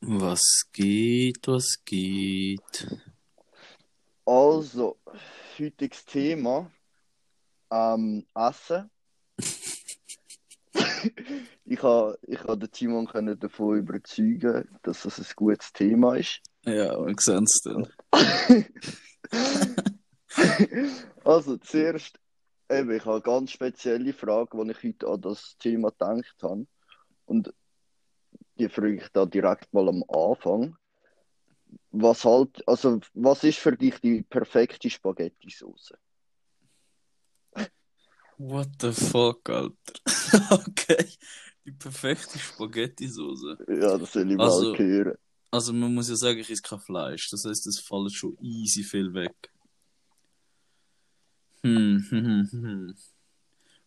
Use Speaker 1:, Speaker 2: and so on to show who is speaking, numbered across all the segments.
Speaker 1: Was geht, was geht?
Speaker 2: Also, heutiges Thema: ähm, Essen. ich habe ich ha den Timon können davon überzeugen, dass das ein gutes Thema ist.
Speaker 1: Ja, wir sehen es dann.
Speaker 2: also, zuerst, eben, ich habe eine ganz spezielle Frage, die ich heute an das Thema gedacht habe. Und die frage ich da direkt mal am Anfang. Was halt, also, was ist für dich die perfekte Spaghetti-Soße?
Speaker 1: What the fuck, Alter? okay. Die perfekte Spaghetti-Soße.
Speaker 2: Ja, das will ich
Speaker 1: Also-
Speaker 2: mal hören.
Speaker 1: Also, man muss ja sagen, ich esse kein Fleisch. Das heißt, es fällt schon easy viel weg. Hm, hm, hm, hm.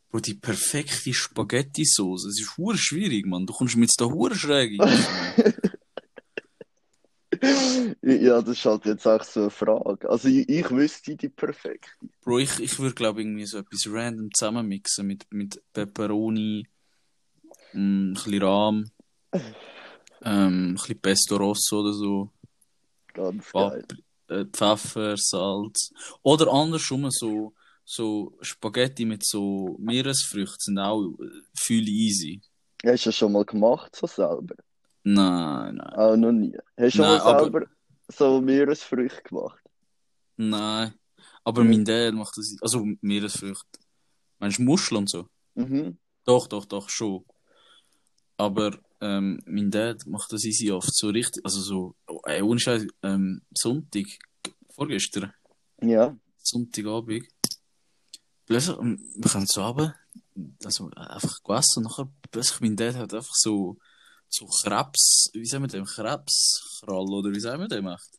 Speaker 1: Bro, die perfekte Spaghetti-Soße. Es ist hure schwierig, Mann. Du kommst mir jetzt da hure schräg. in.
Speaker 2: Ja, das ist halt jetzt auch so eine Frage. Also, ich, ich wüsste die perfekte.
Speaker 1: Bro, ich, ich würde, glaube irgendwie so etwas random zusammenmixen mit, mit Pepperoni, mm, ein bisschen Rahm, ähm, ein bisschen Pesto Rosso oder so,
Speaker 2: Ganz geil.
Speaker 1: Papri äh, Pfeffer, Salz. Oder andersrum so, so Spaghetti mit so Meeresfrüchten sind auch äh, viel easy.
Speaker 2: Hast du das schon mal gemacht, so selber?
Speaker 1: Nein, nein,
Speaker 2: Auch noch nie. Hast du schon
Speaker 1: Nein,
Speaker 2: mal
Speaker 1: aber-
Speaker 2: selber so Meeresfrüchte gemacht?
Speaker 1: nein. Aber mein Dad macht das, also Meeresfrüchte. Meinst du Muscheln und so?
Speaker 2: Mhm.
Speaker 1: Doch, doch, doch, schon. Aber ähm, mein Dad macht das easy oft so richtig, also so, oh, ey, ohne Scheiß, ähm, Sonntag, vorgestern,
Speaker 2: Ja.
Speaker 1: Sonntagabend, plötzlich, ähm, wir kommen so runter, also äh, einfach gegessen, und nachher plötzlich mein Dad hat einfach so, so Krebs, wie sagen wir dem, Krebskrall, oder wie sagen wir dem echt?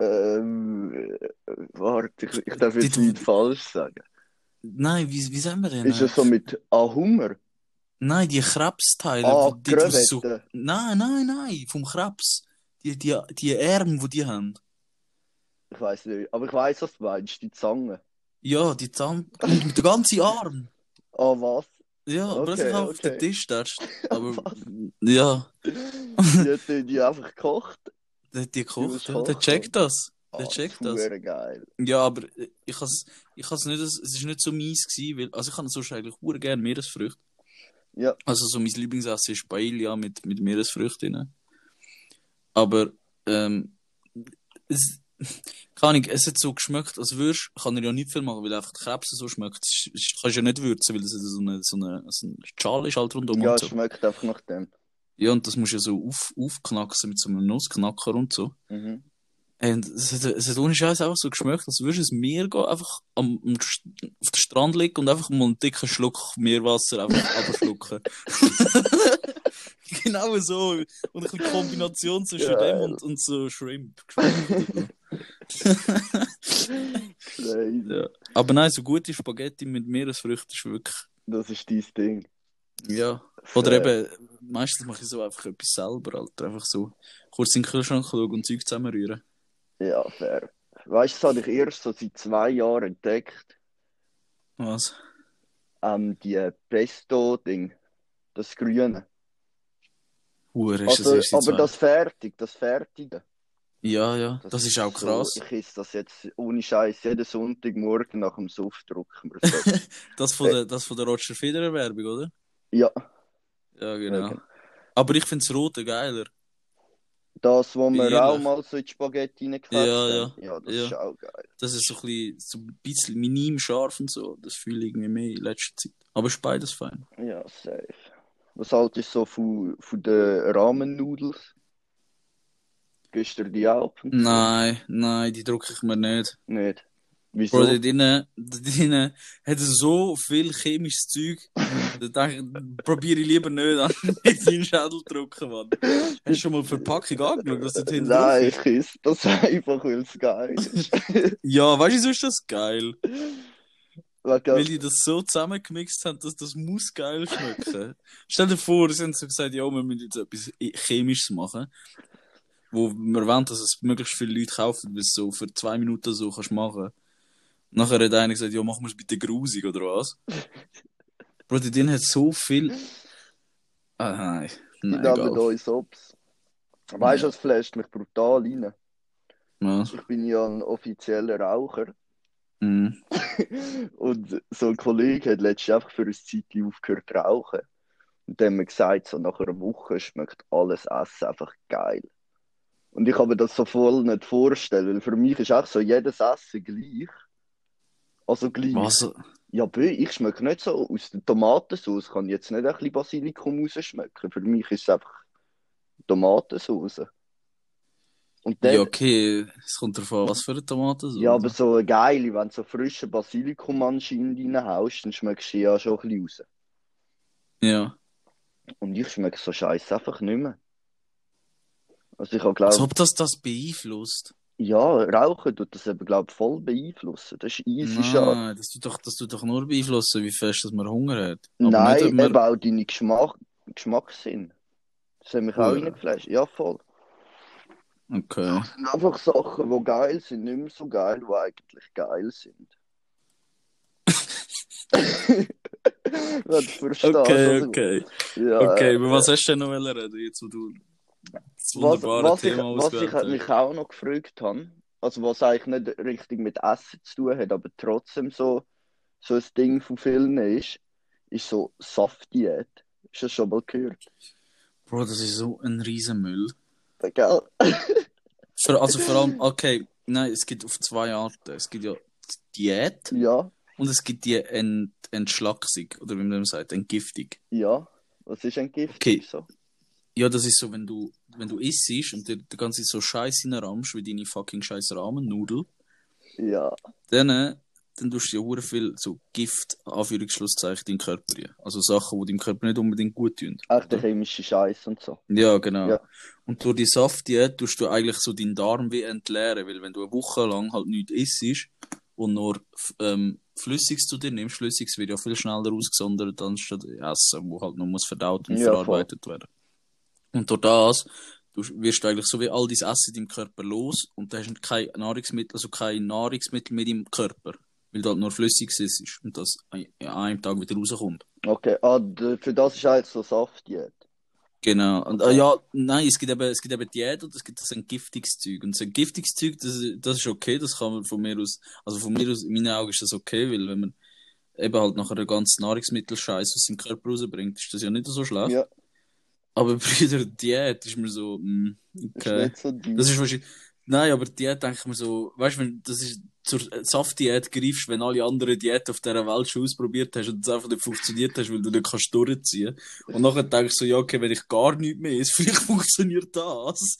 Speaker 2: Ähm, äh, warte, ich, ich darf jetzt
Speaker 1: Die-
Speaker 2: nicht falsch sagen.
Speaker 1: Nein, wie, wie sagen wir den?
Speaker 2: Ist das so mit ah, Hunger?
Speaker 1: Nein, die Krebsteile,
Speaker 2: Ah,
Speaker 1: die, die du so,
Speaker 2: Krevetten.
Speaker 1: nein, nein, nein, vom Krebs, die, die, die Arme, die die haben.
Speaker 2: Ich weiß nicht, aber ich weiß, was du meinst, die Zange.
Speaker 1: Ja, die Zahn. Und mit dem ganzen Arm.
Speaker 2: Ah, was?
Speaker 1: Ja, aber das
Speaker 2: Okay,
Speaker 1: ist einfach auf
Speaker 2: okay.
Speaker 1: den Tisch tätscht. Aber ja,
Speaker 2: Die hat die- die einfach gekocht.
Speaker 1: der hat die gekocht,
Speaker 2: musst
Speaker 1: ja, der
Speaker 2: kochen.
Speaker 1: checkt das. Der
Speaker 2: Ah,
Speaker 1: checkt
Speaker 2: das
Speaker 1: das.
Speaker 2: ist verdammt geil.
Speaker 1: Ja, aber äh, ich has, ich has nicht, es ist nicht so mies gewesen, weil, also ich habe sonst eigentlich hure gerne Meeresfrüchte.
Speaker 2: Ja.
Speaker 1: Also so mein Lieblingsessen ist Paella mit, mit Meeresfrüchten. drin. Aber, ähm, es, keine Ahnung, es hat so geschmeckt, als würdest, kann er ja nicht viel machen, weil einfach die Krebse so schmeckt. Es ist- es- Kannst du ja nicht würzen, weil das so eine, so eine, so eine Schale ist halt rundum
Speaker 2: Ja,
Speaker 1: und
Speaker 2: es
Speaker 1: so.
Speaker 2: schmeckt einfach nach dem.
Speaker 1: Ja, und das musst du ja so auf, aufknacksen mit so einem Nussknacker und so.
Speaker 2: Mhm.
Speaker 1: Äh, Und es hat, es hat ohne Scheiß auch so geschmeckt, als würdest du ins Meer gehen, einfach am, am, St- auf den Strand liegen und einfach mal einen dicken Schluck Meerwasser einfach abschlucken. genau so. Und ein bisschen Kombination zwischen
Speaker 2: Geil.
Speaker 1: dem und, und so Shrimp.
Speaker 2: Scheiße,
Speaker 1: ja. Aber nein, so gute Spaghetti mit Meeresfrüchten ist wirklich.
Speaker 2: das ist dein Ding.
Speaker 1: Ja. Oder
Speaker 2: Äh,
Speaker 1: eben, meistens mache ich so einfach etwas selber, Alter. Einfach so kurz in den Kühlschrank schauen und Zeug zusammenrühren.
Speaker 2: Ja, fair. Weißt du, das habe ich erst so seit zwei Jahren entdeckt.
Speaker 1: Was?
Speaker 2: Ähm, die Pesto-Ding. Das Grüne.
Speaker 1: Hure ist
Speaker 2: Also,
Speaker 1: das erste
Speaker 2: aber
Speaker 1: Zwei.
Speaker 2: das fertig, das Fertige.
Speaker 1: Ja, ja, das, ist auch
Speaker 2: so-
Speaker 1: krass.
Speaker 2: ich esse das jetzt ohne Scheiß jeden Sonntagmorgen nach dem Suff drücken wir so.
Speaker 1: Das von der, das von der Roger Federer Werbung, oder?
Speaker 2: Ja,
Speaker 1: Ja, genau.
Speaker 2: Okay.
Speaker 1: Aber ich finde das Rote geiler.
Speaker 2: das, wo wir
Speaker 1: Ehrlich?
Speaker 2: auch mal so in die Spaghetti reingefetzt
Speaker 1: Ja, ja.
Speaker 2: haben. Ja, das
Speaker 1: Ja.
Speaker 2: ist auch geil.
Speaker 1: Das ist so ein bisschen, so ein bisschen minim scharf und so. Das fühle ich irgendwie mehr in letzter Zeit. Aber ist beides fein.
Speaker 2: Ja, safe. Was haltest du so von, von den Ramen-Nudels? Gehst du dir die auch ab? und zu?
Speaker 1: Nein, nein, die drucke ich mir nicht.
Speaker 2: Nicht.
Speaker 1: Bro,
Speaker 2: Wieso?
Speaker 1: da drinnen, da drinnen hat es so viel chemisches Zeug. da denke ich, probiere ich lieber nicht an den Schädel drucken, Mann. Hast du schon mal die Verpackung angeschaut, was da drin drauf
Speaker 2: Nein,
Speaker 1: ist?
Speaker 2: ich esse das einfach, weil es geil ist.
Speaker 1: Ja, weißt du, so ist das geil. Weil
Speaker 2: Wegen-
Speaker 1: die das so zusammengemixt haben, dass das muss geil schmecken. Stell dir vor, sie haben so gesagt, ja, wir müssen jetzt etwas Chemisches machen, wo wir wollen, dass es möglichst viele Leute kaufen, weil es so für zwei Minuten so kannst machen. Nachher hat einer gesagt, ja, machen wir es bitte grusig oder was? Bro, die drin hat so viel... Ah, nein.
Speaker 2: Die
Speaker 1: Nein,
Speaker 2: nehmen
Speaker 1: egal.
Speaker 2: uns Ops. Weißt du, das flasht mich brutal rein.
Speaker 1: Was?
Speaker 2: Ich bin ja ein offizieller Raucher
Speaker 1: Mhm.
Speaker 2: und so ein Kollege hat letztens einfach für ein Zeitchen aufgehört zu rauchen. Und dann haben wir gesagt, so nach einer Woche schmeckt alles Essen einfach geil. Und ich kann mir das so voll nicht vorstellen, weil für mich ist auch so jedes Essen gleich. Also gleich.
Speaker 1: Was?
Speaker 2: Ja, bö, ich schmecke nicht so. Aus der Tomatensauce kann ich jetzt nicht ein bisschen Basilikum rausschmecken. Für mich ist es einfach Tomatensauce. Und dann,
Speaker 1: Ja,
Speaker 2: ja,
Speaker 1: okay. Es kommt darauf an, was für eine Tomate. so.
Speaker 2: aber so eine geile, wenn du so frische Basilikum anscheinend reinhaust, dann schmeckst du die ja schon ein bisschen raus.
Speaker 1: Ja.
Speaker 2: Und ich schmecke so scheiße einfach nicht mehr. Also ich habe
Speaker 1: Als
Speaker 2: glaube,
Speaker 1: ob das das beeinflusst.
Speaker 2: ja, Rauchen tut das eben glaube voll beeinflussen. Das ist easy schade.
Speaker 1: Nein, das tut, doch, das tut doch nur beeinflussen, wie fest dass man Hunger hat. Aber
Speaker 2: Nein,
Speaker 1: nicht, ob man-
Speaker 2: eben auch deine Geschmack Geschmackssinn. Das hat mich auch
Speaker 1: Ja.
Speaker 2: reingeflasht. Ja, voll.
Speaker 1: Okay.
Speaker 2: sind einfach Sachen, die geil sind, nicht mehr so geil, die eigentlich geil sind. Wenn du verstehst.
Speaker 1: Okay,
Speaker 2: also-
Speaker 1: okay.
Speaker 2: Ja,
Speaker 1: Okay,
Speaker 2: äh,
Speaker 1: über was hast du denn noch reden, jetzt, wo du das
Speaker 2: was,
Speaker 1: wunderbare
Speaker 2: was, ich, halt
Speaker 1: Thema
Speaker 2: was ich
Speaker 1: ausgewählt hast?
Speaker 2: mich auch noch gefragt habe, also was eigentlich nicht richtig mit Essen zu tun hat, aber trotzdem so, so ein Ding von vielen ist, ist so Saftdiät. Hast du das schon mal gehört?
Speaker 1: Bro, das ist so ein riesen Müll.
Speaker 2: Äh, Gell?
Speaker 1: Vor- also vor allem, okay, nein, es gibt auf zwei Arten. Es gibt ja die Diät
Speaker 2: Ja,
Speaker 1: und es gibt die Ent Entschlacksung, oder wie man das sagt, Entgiftung.
Speaker 2: ja. Was ist ein Gift?
Speaker 1: Okay.
Speaker 2: So.
Speaker 1: Ja, das ist so, wenn du, wenn du isst und dir die ganze Zeit so Scheiß reinrammst, wie deine fucking scheiß Rahmennudel,
Speaker 2: Ja,
Speaker 1: dann, äh, dann tust du dir hure viel so Gift, Anführungsschlusszeichen, deinen Körper rein. Also Sachen, die deinem Körper nicht unbedingt gut tun.
Speaker 2: echt der chemische Scheiß und so.
Speaker 1: Ja, genau.
Speaker 2: Ja.
Speaker 1: Und durch die Saftdiät tust du eigentlich so deinen Darm wie entleeren, weil wenn du eine Woche lang halt nichts isst und nur f- ähm, Flüssiges zu dir nimmst, Flüssiges wird ja viel schneller ausgesondert anstatt Essen, wo halt noch muss verdaut und
Speaker 2: Ja, voll.
Speaker 1: verarbeitet werden. Und durch das du wirst du eigentlich so wie all dein Essen in deinem Körper los und du hast kein Nahrungsmittel, also kein Nahrungsmittel mehr im Körper, weil du halt nur Flüssiges isst und das an an einem Tag wieder rauskommt.
Speaker 2: Okay, ah, d- für das ist halt so Saftdiät.
Speaker 1: Genau. Und, ah, ja, nein, es gibt eben, es gibt eben Diät und es gibt das Entgiftungszeug. Und das Entgiftungszeug, das, das ist okay, das kann man von mir aus, also von mir aus, in meinen Augen ist das okay, weil wenn man eben halt nachher den ganzen Nahrungsmittelscheiß aus dem Körper rausbringt, ist das ja nicht so schlecht.
Speaker 2: Ja.
Speaker 1: Aber Brüder, Diät ist mir so, mm,
Speaker 2: Ist
Speaker 1: okay.
Speaker 2: nicht so dein.
Speaker 1: Das ist wahrscheinlich, nein, aber Diät denke ich mir so, weißt du, wenn, das ist, zur Saftdiät greifst, wenn alle anderen Diäten auf dieser Welt schon ausprobiert hast und es einfach nicht funktioniert hast, weil du nicht kannst durchziehen. Und nachher denkst du so, ja, okay, wenn ich gar nichts mehr esse, vielleicht funktioniert das.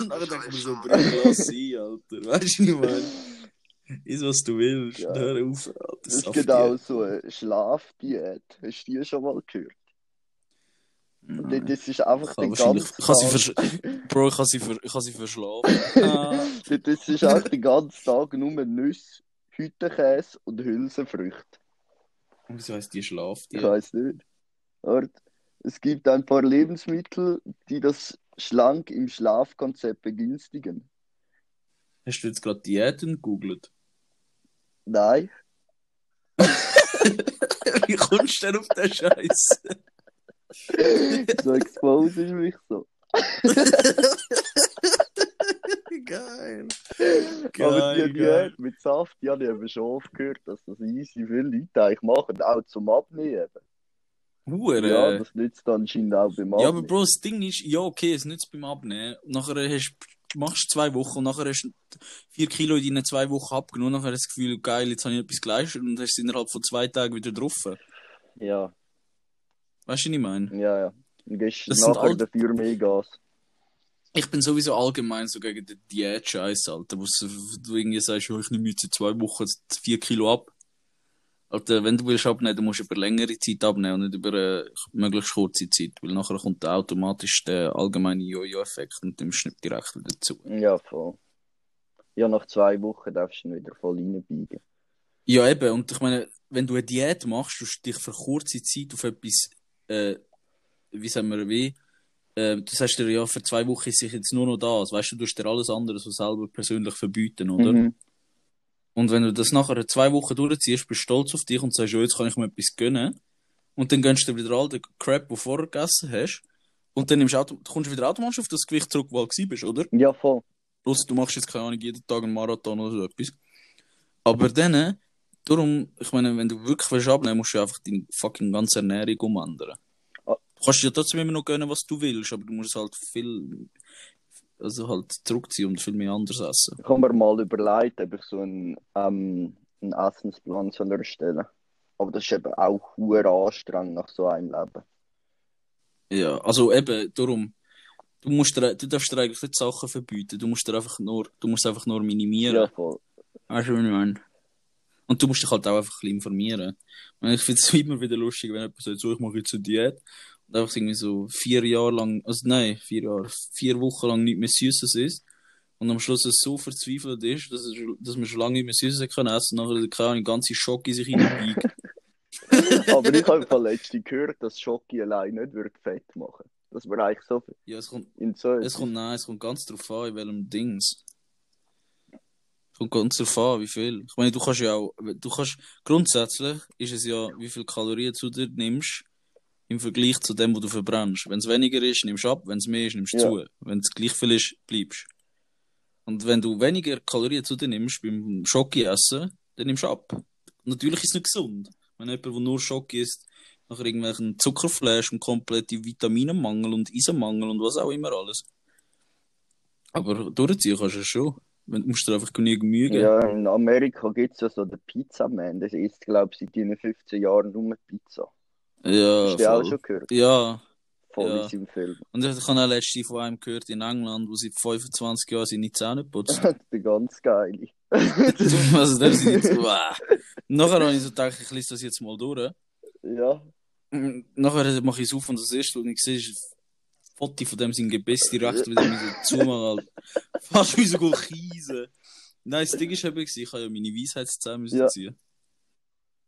Speaker 1: Und nachher denke ich mir so, Bruder, lass sein, Alter. Weißt du, ich meine, ist was du willst.
Speaker 2: Ja.
Speaker 1: Hör auf, Alter.
Speaker 2: das ist
Speaker 1: Saftdiät.
Speaker 2: genau so eine Schlafdiät. Hast du die schon mal gehört? Und
Speaker 1: Nein.
Speaker 2: Das ist einfach
Speaker 1: Ich kann
Speaker 2: den
Speaker 1: wahrscheinlich,
Speaker 2: ganzen
Speaker 1: ich kann sie
Speaker 2: Tag.
Speaker 1: versch Bro, ich kann sie, ver ich kann sie verschlafen. ah,
Speaker 2: Das ist einfach den ganzen Tag nur Nüsse, Hüttenkäse und Hülsenfrüchte.
Speaker 1: wieso heisst die
Speaker 2: Ich
Speaker 1: Schlafdiät?
Speaker 2: weiß nicht. Aber es gibt ein paar Lebensmittel, die das schlank im Schlafkonzept begünstigen.
Speaker 1: Hast du jetzt gerade Diäten gegoogelt?
Speaker 2: Nein,
Speaker 1: Wie kommst du denn auf den Scheiß?
Speaker 2: so expose ich mich so.
Speaker 1: Geil.
Speaker 2: Aber Also, die
Speaker 1: Geil, geil.
Speaker 2: Diät mit Saft, die habe ich eben schon oft gehört, dass das easy viele Leute eigentlich machen, auch zum Abnehmen.
Speaker 1: Hure.
Speaker 2: Ja,
Speaker 1: Ja,
Speaker 2: das nützt anscheinend auch beim Abnehmen.
Speaker 1: Äh, aber Bro, das Ding ist, ja, okay, es nützt beim Abnehmen. Nachher hast, machst du zwei Wochen und nachher hast du vier Kilo in diesen zwei Wochen abgenommen. Nachher hast du das Gefühl, geil, jetzt habe ich etwas geleistet und hast es innerhalb von zwei Tagen wieder drauf.
Speaker 2: Ja,
Speaker 1: Weißt du, was ich meine?
Speaker 2: ja, ja. Dann gehst du
Speaker 1: Das sind
Speaker 2: nachher
Speaker 1: all-
Speaker 2: dafür mehr Gas.
Speaker 1: Ich bin sowieso allgemein so gegen den Diät-Scheiß, Alter. Wo s- du irgendwie sagst, ja, ich nehme jetzt in zwei Wochen vier Kilo ab. Alter, wenn du willst abnehmen, dann musst du über längere Zeit abnehmen und nicht über eine möglichst kurze Zeit. Weil nachher kommt der automatisch der allgemeine Jojo-Effekt und dem Schnitt direkt wieder zu.
Speaker 2: Ja, voll. Ja, nach zwei Wochen darfst du ihn wieder voll reinbiegen.
Speaker 1: Ja, eben. Und ich meine, wenn du eine Diät machst, tust du dich für kurze Zeit auf etwas, äh, wie sagen wir, wie, äh, du sagst dir, ja, für zwei Wochen ist ich jetzt nur noch das. Weißt du, du tust dir alles andere so selber persönlich verbieten, oder?
Speaker 2: Mhm.
Speaker 1: Und wenn du das nachher zwei Wochen durchziehst, bist du stolz auf dich und sagst, ja, jetzt kann ich mir etwas gönnen. Und dann gönnst du dir wieder all den Crap, den du vorher gegessen hast. Und dann nimmst du, autom- kommst du wieder automatisch auf das Gewicht zurück, wo du gewesen bist, oder?
Speaker 2: Ja, voll.
Speaker 1: Plus, du machst jetzt keine Ahnung, jeden Tag einen Marathon oder so etwas. Aber dann, äh, darum, ich meine, wenn du wirklich willst abnehmen, musst du einfach deine fucking ganze Ernährung umändern.
Speaker 2: Ah.
Speaker 1: Du kannst dir ja trotzdem immer noch gönnen, was du willst, aber du musst es halt viel, also halt zurückziehen und viel mehr anders essen.
Speaker 2: Ich habe mir mal überlegt, ob ich so einen, ähm, einen Essensplan soll erstellen Aber das ist eben auch hure anstrengend nach so einem Leben.
Speaker 1: Ja, also eben, darum, du musst dir, du darfst dir eigentlich nicht Sachen verbieten, du musst dir einfach nur, du musst es einfach nur minimieren.
Speaker 2: Ja, voll.
Speaker 1: Weißt du, was ich meine? Und du musst dich halt auch einfach ein bisschen informieren. Ich, meine, ich finde es immer wieder lustig, wenn jemand sagt, so, ich mache jetzt eine Diät. Und einfach irgendwie so vier Jahre lang, also nein, vier Jahre, vier Wochen lang nichts mehr Süßes ist. Und am Schluss es so verzweifelt ist, dass, es, dass man schon lange nicht mehr Süßes hat können essen und nachher keine Ahnung, ganze Schocke sich reinbiegt.
Speaker 2: Aber ich habe im Fall letztens gehört, dass Schoki allein nicht wird fett machen Dass man eigentlich so
Speaker 1: ja, es kommt,
Speaker 2: in so
Speaker 1: es kommt, nein, es kommt ganz drauf an, in welchem Dings. Es kommt ganz drauf an, wie viel. Ich meine, du kannst ja auch, du kannst, grundsätzlich ist es ja, wie viel Kalorien du dir nimmst, im Vergleich zu dem, was du verbrennst. Wenn es weniger ist, nimmst du ab, wenn es mehr ist, nimmst du
Speaker 2: Ja.
Speaker 1: zu. Wenn es gleich viel ist, bleibst Und wenn du weniger Kalorien zu dir nimmst beim Schoki essen, dann nimmst du ab. Natürlich ist es nicht gesund. Wenn jemand, der nur Schoki isst, nach irgendwelchen Zuckerflash und komplette Vitaminenmangel und Eisenmangel und was auch immer alles. Aber durchziehen kannst du es schon. Wenn- Du musst dir einfach genügend Mühe geben.
Speaker 2: Ja, in Amerika gibt es ja so den Pizzaman. Das isst, glaube ich, seit deinen 15 Jahren nur Pizza.
Speaker 1: Ja,
Speaker 2: Hast du den auch
Speaker 1: voll.
Speaker 2: schon gehört?
Speaker 1: ja.
Speaker 2: Voll
Speaker 1: Ja.
Speaker 2: in seinem Film.
Speaker 1: Und ich habe auch letztens von einem gehört in England, wo seit 25 Jahren seine Zähne putzt.
Speaker 2: Das ist ganz geil.
Speaker 1: also, der sind jetzt. Wow. Nachher habe ich so gedacht, ich lese das jetzt mal durch.
Speaker 2: Ja.
Speaker 1: Nachher mache ich es auf und das erste, was ich sehe, ist ein Foto von dem sein Gebiss direkt wieder mit so zumachen. Alter. Fast wie so Kiesen. Nein, das Ding ist eben, gewesen, ich habe ja meine Weisheitszähne müssen
Speaker 2: Ja.
Speaker 1: ziehen.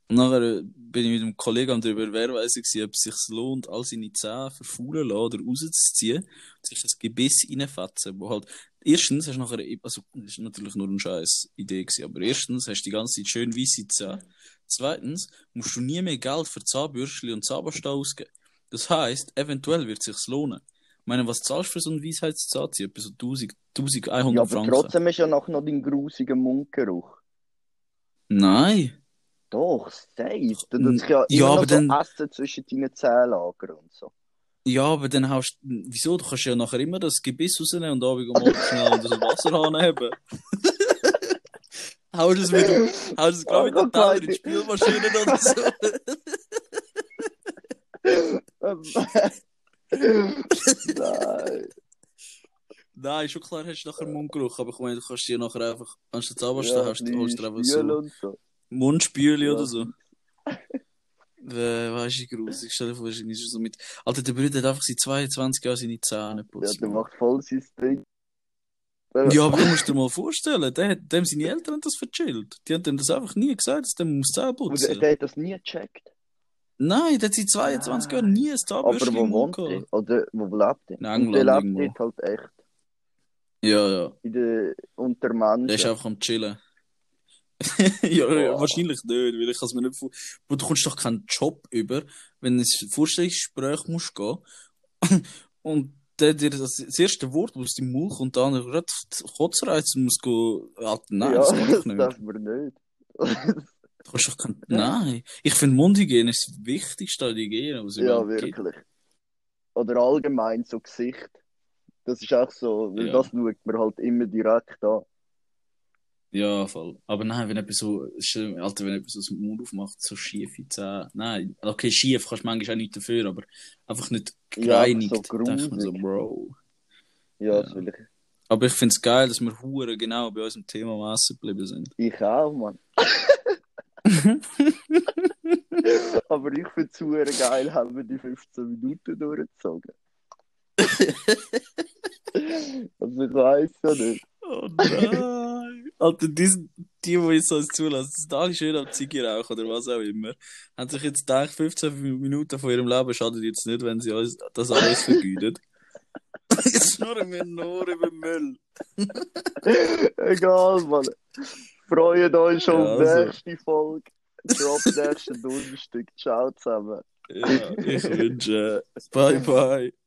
Speaker 1: Und nachher äh, bin ich mit einem Kollegen am darüber werweisen, gewesen, ob es sich lohnt, all seine Zähne verfaulen lassen oder rauszuziehen und sich das Gebiss reinfetzen. Wo halt, erstens hast du nachher, also, das ist natürlich nur eine scheiß Idee gewesen, aber erstens hast du die ganze Zeit schön weiße Zähne. Zweitens musst du nie mehr Geld für Zahnbürstchen und Zahnpasta ausgeben. Das heisst, eventuell wird es sich lohnen. Ich meine, was zahlst du für so einen Weisheitszahnzieher? Etwa so 1000, 1100
Speaker 2: ja, aber
Speaker 1: Franken?
Speaker 2: trotzdem ist ja nachher noch dein grusiger Mundgeruch.
Speaker 1: Nein.
Speaker 2: Doch, safe. Dann
Speaker 1: N-
Speaker 2: tut sich ja,
Speaker 1: ja,
Speaker 2: immer
Speaker 1: aber
Speaker 2: noch so
Speaker 1: dann-
Speaker 2: Essen zwischen deinen Zähnlagern und so.
Speaker 1: Ja, aber dann hast du... Wieso? Du kannst ja nachher immer das Gebiss rausnehmen und abends mal schnell unter so Wasserhahn haben. Hau das mit
Speaker 2: Ähm,
Speaker 1: dem... Hau das gerade
Speaker 2: Oh
Speaker 1: mit dem Teller in die Spülmaschine oder so.
Speaker 2: Nein.
Speaker 1: Nein, schon klar hast du nachher Mundgeruch, aber ich meine, du kannst dir nachher einfach... Anstatt Zahnpasta
Speaker 2: Ja,
Speaker 1: hast, du- hast du dir einfach
Speaker 2: Spül
Speaker 1: so...
Speaker 2: und so.
Speaker 1: Mundspüli
Speaker 2: Ja.
Speaker 1: oder so. Äh, weißt du, gruselig. Ich stelle vor, ist irgendwie schon so mit. Alter, der Bruder hat einfach seit 22 Jahren seine Zähne
Speaker 2: Ja,
Speaker 1: geputzt.
Speaker 2: der macht voll sein Ding. Äh,
Speaker 1: Ja, aber du musst dir mal vorstellen, der hat, dem seine Eltern haben das verchillt. Die haben dem das einfach nie gesagt, dass der muss Zähne
Speaker 2: Und der,
Speaker 1: putzen.
Speaker 2: der hat das nie gecheckt.
Speaker 1: Nein, der hat seit 22 Jahren nie ein
Speaker 2: Ah. Aber
Speaker 1: Zahnbürstchen
Speaker 2: wo
Speaker 1: im Mund
Speaker 2: wohnt
Speaker 1: gehabt.
Speaker 2: er? Oder wo lebt er?
Speaker 1: In
Speaker 2: Und der
Speaker 1: England
Speaker 2: lebt
Speaker 1: irgendwo.
Speaker 2: dort halt echt.
Speaker 1: Ja, ja.
Speaker 2: In der
Speaker 1: Der ist
Speaker 2: Untermenschen.
Speaker 1: einfach am Chillen. ja, ja,
Speaker 2: Boah.
Speaker 1: wahrscheinlich nicht, weil ich kann es mir nicht vor... Bro, Du kommst doch keinen Job über, wenn du ins Vorstellungsgespräch musst gehen und der dir das, das erste Wort, das aus deinem Mund kommt, dann gerade Kotzreiz und musst gehen... Alter, nein,
Speaker 2: ja,
Speaker 1: das geht doch
Speaker 2: das
Speaker 1: nicht.
Speaker 2: darf man nicht.
Speaker 1: Du kannst doch kein... Nein. Ich finde Mundhygiene ist das wichtigste an Hygiene, was es
Speaker 2: ja,
Speaker 1: überhaupt gibt.
Speaker 2: wirklich. Oder allgemein so Gesicht. Das ist auch so, weil
Speaker 1: Ja.
Speaker 2: das schaut man halt immer direkt an.
Speaker 1: Ja, voll. Aber nein, wenn jemand so, schlimm- Alter, wenn jemand so den Mund aufmacht, so schiefe Zähne. Nein, okay, schief kannst du manchmal auch nicht dafür, aber einfach nicht
Speaker 2: Ja, einfach
Speaker 1: gereinigt.
Speaker 2: so
Speaker 1: Ja, denke ich mir so,
Speaker 2: grusig.
Speaker 1: Bro.
Speaker 2: Ja,
Speaker 1: Ja.
Speaker 2: das will ich.
Speaker 1: Aber ich finde es geil, dass wir hure genau bei unserem Thema am Essen geblieben sind.
Speaker 2: Ich auch, Mann. Aber ich finde es super geil, haben wir die 15 Minuten durchgezogen. also ich weiß ja nicht.
Speaker 1: Oh nein! Alter, die, die, die jetzt uns zulassen, sind alle schön am Ziege rauchen oder was auch immer, haben sich jetzt gedacht, 15 Minuten von ihrem Leben schadet jetzt nicht, wenn sie alles, das alles vergütet. jetzt schnurren wir nur über Müll.
Speaker 2: Egal, Mann. Freut euch schon
Speaker 1: Ja,
Speaker 2: auf die
Speaker 1: also.
Speaker 2: nächste Folge. Drop nächsten Donnerstag. Ciao zusammen.
Speaker 1: Ja, ich wünsche. Bye, bye.